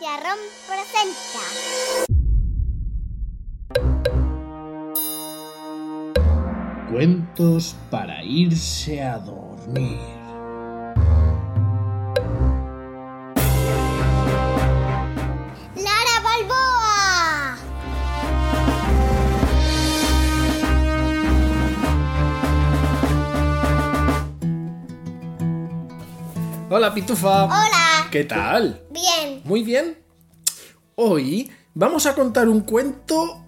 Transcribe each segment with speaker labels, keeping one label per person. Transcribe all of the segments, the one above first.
Speaker 1: Diarrón presenta.
Speaker 2: Cuentos para irse a dormir.
Speaker 1: Lara Balboa.
Speaker 2: Hola, Pitufa.
Speaker 1: Hola.
Speaker 2: ¿Qué tal?
Speaker 1: Bien.
Speaker 2: Muy bien. Hoy vamos a contar un cuento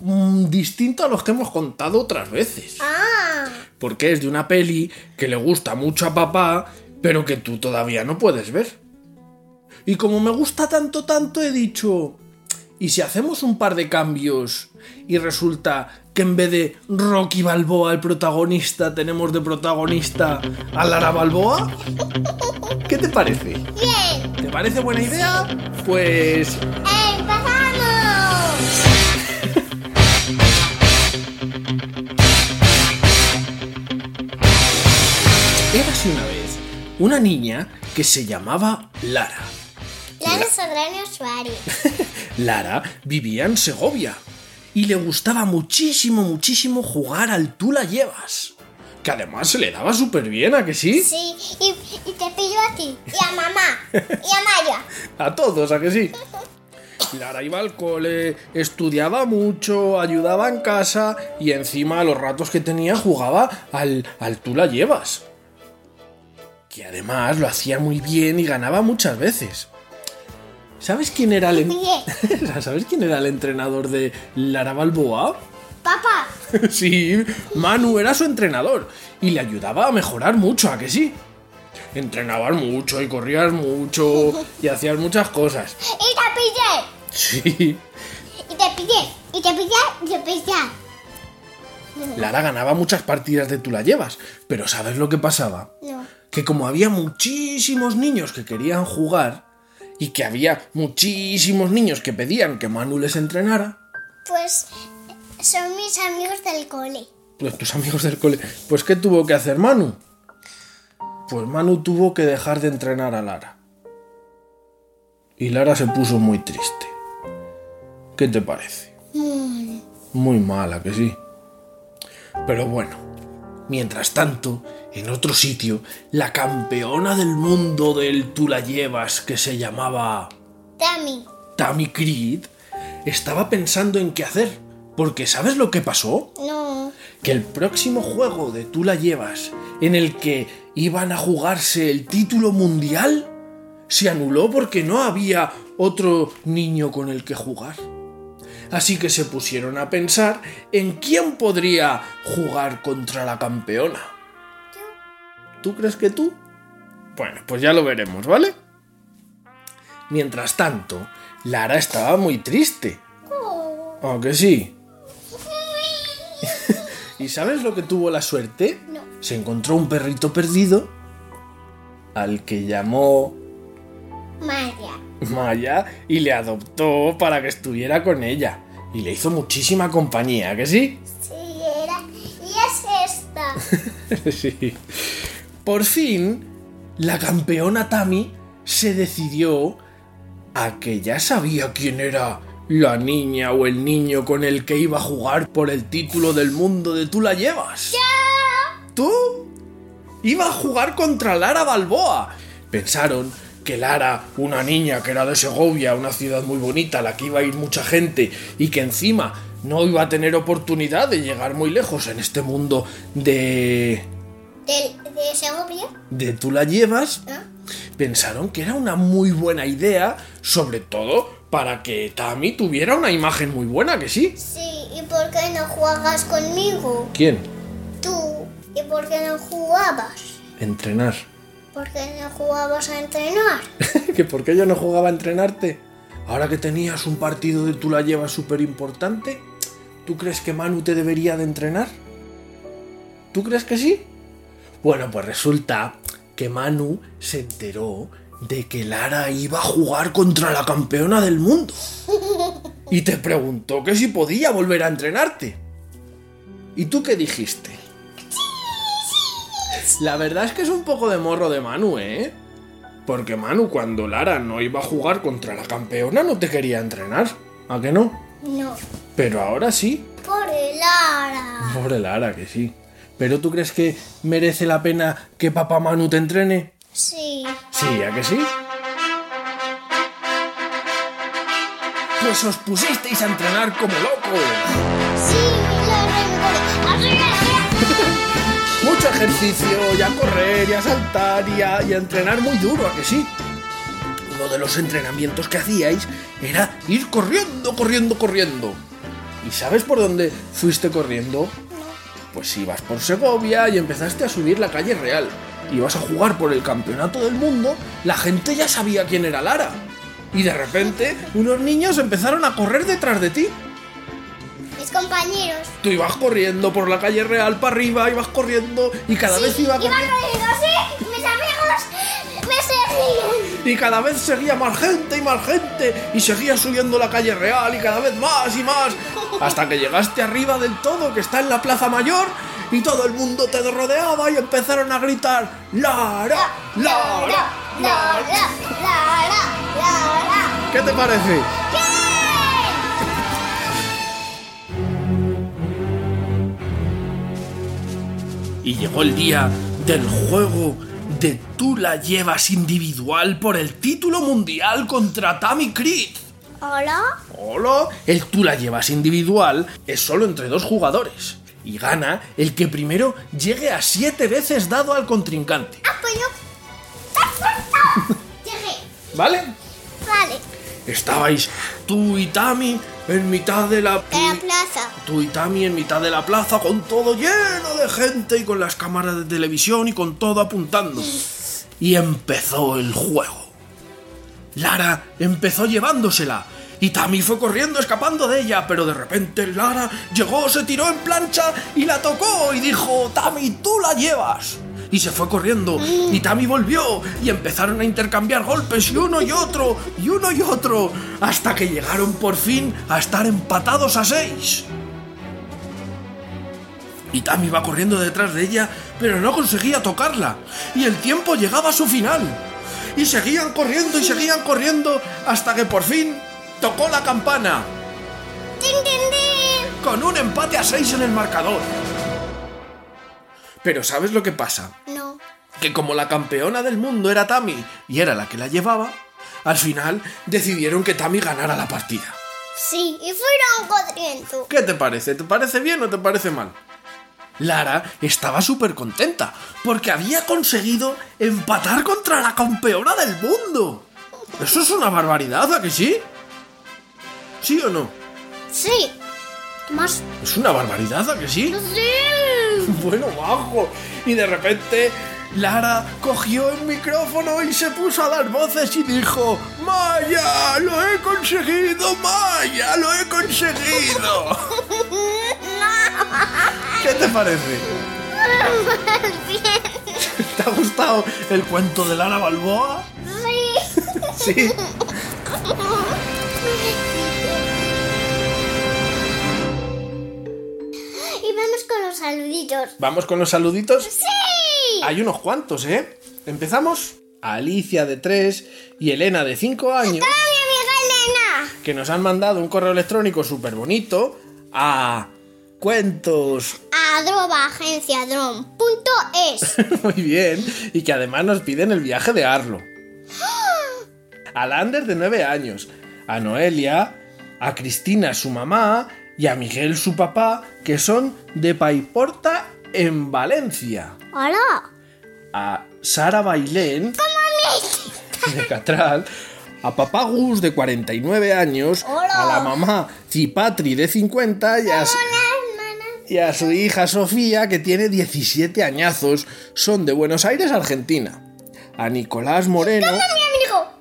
Speaker 2: mm, distinto a los que hemos contado otras veces.
Speaker 1: Ah.
Speaker 2: Porque es de una peli que le gusta mucho a papá, pero que tú todavía no puedes ver. Y como me gusta tanto, tanto, he dicho... ¿Y si hacemos un par de cambios y resulta que en vez de Rocky Balboa, el protagonista, tenemos de protagonista a Lara Balboa? ¿Qué te parece?
Speaker 1: Bien.
Speaker 2: ¿Te parece buena idea? Pues
Speaker 1: ¡Empezamos!
Speaker 2: érase una vez una niña que se llamaba Lara.
Speaker 1: Lara Sobrano Suárez.
Speaker 2: Lara vivía en Segovia y le gustaba muchísimo, muchísimo jugar al tú la llevas. Que además se le daba súper bien, ¿a que sí?
Speaker 1: Sí. Y, y te pillo a ti. Y a mamá. Y a Maya.
Speaker 2: A todos, ¿a que sí? Lara iba al cole, estudiaba mucho, ayudaba en casa y encima a los ratos que tenía jugaba al, al tú la llevas. Que además lo hacía muy bien y ganaba muchas veces. ¿Sabes quién era el, en-
Speaker 1: Oye,
Speaker 2: ¿Sabes quién era el entrenador de Lara Balboa?
Speaker 1: papá.
Speaker 2: Sí, Manu era su entrenador y le ayudaba a mejorar mucho, ¿a que sí? Entrenabas mucho y corrías mucho y hacías muchas cosas.
Speaker 1: Y te pillé.
Speaker 2: Sí,
Speaker 1: Y te pillé. Y te pillé. Y te pillé.
Speaker 2: Lara ganaba muchas partidas de tú la llevas, pero ¿sabes lo que pasaba?
Speaker 1: No.
Speaker 2: Que como había muchísimos niños que querían jugar y que había muchísimos niños que pedían que Manu les entrenara,
Speaker 1: Pues son mis amigos del cole.
Speaker 2: Pues tus amigos del cole. Pues ¿qué tuvo que hacer Manu? Pues Manu tuvo que dejar de entrenar a Lara. Y Lara se puso muy triste. ¿Qué te parece? Muy mala, que sí. Pero bueno, mientras tanto, en otro sitio, la campeona del mundo del tú la llevas que se llamaba...
Speaker 1: Tami,
Speaker 2: Tammy Creed, estaba pensando en qué hacer. Porque ¿sabes lo que pasó?
Speaker 1: no.
Speaker 2: que el próximo juego de Tú la llevas, en el que iban a jugarse el título mundial, se anuló porque no había otro niño con el que jugar. Así que se pusieron a pensar en quién podría jugar contra la campeona. ¿Tú crees que tú? Bueno, pues ya lo veremos, ¿vale? Mientras tanto, Lara estaba muy triste.
Speaker 1: Oh,
Speaker 2: ¿A que sí? ¿Y sabes lo que tuvo la suerte?
Speaker 1: No.
Speaker 2: Se encontró un perrito perdido al que llamó
Speaker 1: Maya.
Speaker 2: Maya y le adoptó para que estuviera con ella. Y le hizo muchísima compañía, ¿a que sí?
Speaker 1: Sí, era. Y es esta.
Speaker 2: sí. Por fin, la campeona Tami se decidió a que ya sabía quién era la niña o el niño con el que iba a jugar por el título del mundo de Tú la llevas. ¿Tú? Iba a jugar contra Lara Balboa. Pensaron que Lara, una niña que era de Segovia, una ciudad muy bonita, a la que iba a ir mucha gente y que encima no iba a tener oportunidad de llegar muy lejos en este mundo de...
Speaker 1: Del, de Segovia.
Speaker 2: de tú la llevas,
Speaker 1: ¿Ah?
Speaker 2: pensaron que era una muy buena idea, sobre todo para que Tami tuviera una imagen muy buena, que sí.
Speaker 1: Sí, ¿y por qué no juegas conmigo?
Speaker 2: ¿Quién?
Speaker 1: Tú. ¿Y por qué no jugabas?
Speaker 2: Entrenar.
Speaker 1: ¿Por qué no jugabas a entrenar?
Speaker 2: ¿Que por qué yo no jugaba a entrenarte? Ahora que tenías un partido de tú la llevas súper importante, ¿tú crees que Manu te debería de entrenar? ¿Tú crees que sí? Bueno, pues resulta que Manu se enteró de que Lara iba a jugar contra la campeona del mundo. Y te preguntó que si podía volver a entrenarte. ¿Y tú qué dijiste? La verdad es que es un poco de morro de Manu, ¿eh? Porque Manu, cuando Lara no iba a jugar contra la campeona, no te quería entrenar. ¿A qué no?
Speaker 1: No.
Speaker 2: Pero ahora sí.
Speaker 1: Pobre Lara.
Speaker 2: Pobre Lara, que sí. ¿Pero tú crees que merece la pena que papá Manu te entrene?
Speaker 1: Sí.
Speaker 2: Sí, ¿a que sí? Pues os pusisteis a entrenar como locos.
Speaker 1: Sí, lo recuerdo. Arriba, arriba.
Speaker 2: Mucho ejercicio, y a correr, y a saltar, y a, y a entrenar muy duro, ¿a que sí? Uno de los entrenamientos que hacíais era ir corriendo, corriendo, corriendo. ¿Y sabes por dónde fuiste corriendo? Pues ibas por Segovia y empezaste a subir la calle real. Ibas a jugar por el campeonato del mundo, la gente ya sabía quién era Lara. Y de repente, unos niños empezaron a correr detrás de ti.
Speaker 1: Mis compañeros.
Speaker 2: Tú ibas corriendo por la calle real para arriba, ibas corriendo y cada vez iba
Speaker 1: Iba
Speaker 2: corriendo.
Speaker 1: corriendo así, mis amigos me seguían.
Speaker 2: Y cada vez seguía más gente y más gente y seguía subiendo la calle real y cada vez más y más hasta que llegaste arriba del todo que está en la plaza mayor y todo el mundo te rodeaba y empezaron a gritar Lara, Lara, Lara.
Speaker 1: Lara, Lara, Lara.
Speaker 2: ¿Qué te parece?
Speaker 1: ¡Bien!
Speaker 2: Y llegó el día del juego de tú la llevas individual por el título mundial contra Tammy Creed.
Speaker 1: ¿Hola?
Speaker 2: Hola. El tú la llevas individual es solo entre dos jugadores. Y gana el que primero llegue a siete veces dado al contrincante.
Speaker 1: Ah, pues yo. ¡Perfecto! Llegué.
Speaker 2: ¿Vale?
Speaker 1: Vale.
Speaker 2: Estabais tú y Tami en mitad de la...
Speaker 1: En la plaza.
Speaker 2: Tú y Tami en mitad de la plaza con todo lleno de gente y con las cámaras de televisión y con todo apuntando. Y empezó el juego. Lara empezó llevándosela. Y Tami fue corriendo escapando de ella, pero de repente Lara llegó, se tiró en plancha y la tocó y dijo, Tami, tú la llevas. Y se fue corriendo y Tami volvió y empezaron a intercambiar golpes y uno y otro y uno y otro, hasta que llegaron por fin a estar empatados a seis. Y Tami iba corriendo detrás de ella, pero no conseguía tocarla. Y el tiempo llegaba a su final. Y seguían corriendo y seguían corriendo hasta que por fin tocó la campana,
Speaker 1: ¡Tin, tin, tin!
Speaker 2: con un empate a seis en el marcador. Pero ¿sabes lo que pasa?
Speaker 1: No.
Speaker 2: Que como la campeona del mundo era Tami y era la que la llevaba, al final decidieron que Tami ganara la partida.
Speaker 1: Sí, y fueron corriendo.
Speaker 2: ¿Qué te parece? ¿Te parece bien o te parece mal? Lara estaba súper contenta porque había conseguido empatar contra la campeona del mundo. Eso es una barbaridad, ¿a que sí? ¿Sí o no?
Speaker 1: Sí. Más.
Speaker 2: Es una barbaridad, ¿a que sí?
Speaker 1: Sí.
Speaker 2: Bueno, bajo. Y de repente Lara cogió el micrófono y se puso a dar voces y dijo, Maya, lo he conseguido, Maya, lo he conseguido. ¿Qué te parece?
Speaker 1: Bien.
Speaker 2: ¿Te ha gustado el cuento de Lara Balboa?
Speaker 1: Sí.
Speaker 2: Sí.
Speaker 1: Y vamos con los saluditos.
Speaker 2: Vamos con los saluditos.
Speaker 1: ¡Sí!
Speaker 2: Hay unos cuantos, ¿eh? ¿Empezamos? A Alicia de 3 y Elena de 5 años,
Speaker 1: ¡Hola, mi amiga Elena!
Speaker 2: que nos han mandado un correo electrónico súper bonito a cuentos
Speaker 1: Arroba agenciadron.es.
Speaker 2: Muy bien. Y que además nos piden el viaje de Arlo. A Lander de 9 años, a Noelia, a Cristina su mamá y a Miguel su papá, que son de Paiporta en Valencia.
Speaker 1: ¡Hola!
Speaker 2: A Sara Bailén de Catral, a Papá Gus de 49 años,
Speaker 1: Hola.
Speaker 2: a la mamá Cipatri de 50 y a,
Speaker 1: Hola, hermana.
Speaker 2: y a su hija Sofía, que tiene 17 añazos, son de Buenos Aires, Argentina. A Nicolás Moreno,
Speaker 1: ¡Hola, mi amigo!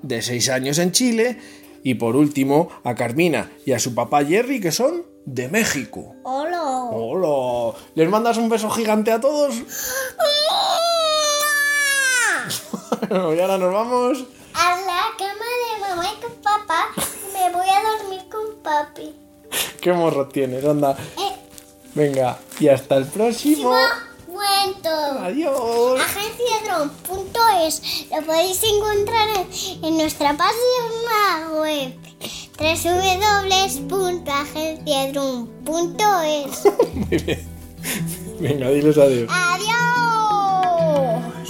Speaker 2: de 6 años en Chile. Y por último, a Carmina y a su papá Jerry, que son de México.
Speaker 1: ¡Hola!
Speaker 2: ¡Hola! ¿Les mandas un beso gigante a todos? Bueno, y ahora nos vamos.
Speaker 1: A la cama de mamá y con papá. Me voy a dormir con papi.
Speaker 2: ¡Qué morro tienes! Anda.
Speaker 1: Eh,
Speaker 2: Venga, Oh. y hasta el próximo.
Speaker 1: cuento.
Speaker 2: ¡Adiós!
Speaker 1: agenciadron.es jueves. Lo podéis encontrar en, en nuestra página web www.agenciadrum.es.
Speaker 2: Venga, diles adiós.
Speaker 1: ¡Adiós!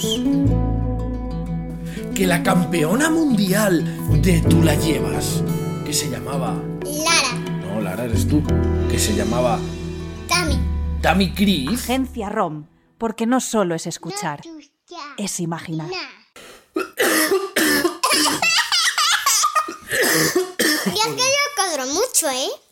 Speaker 2: Que la campeona mundial de Tú la llevas, que se llamaba...
Speaker 1: Lara,
Speaker 2: No, Lara, eres tú. Que se llamaba
Speaker 1: Tami.
Speaker 2: Tammy Cris.
Speaker 3: Agencia ROM, porque no solo es escuchar,
Speaker 1: Tuya.
Speaker 3: es imaginar.
Speaker 1: Ya que yo cuadro mucho, ¿eh?